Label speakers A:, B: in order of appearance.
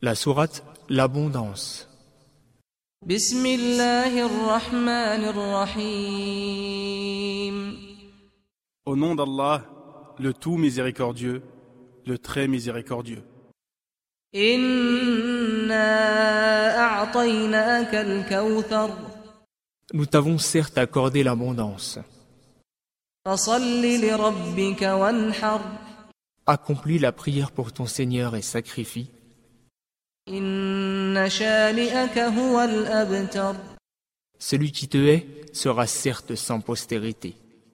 A: La sourate L'abondance.
B: بسم الله الرحمن الرحيم
C: Au nom d'Allah, le tout miséricordieux, le très miséricordieux.
B: إنا أعطيناك الكوثر
A: Nous t'avons certes accordé l'abondance.
B: فصل لربك وانحر
A: Accomplis la prière pour ton Seigneur et sacrifie.
B: إن شانئك هو الأبتر
A: Celui qui te hait sera certes sans postérité.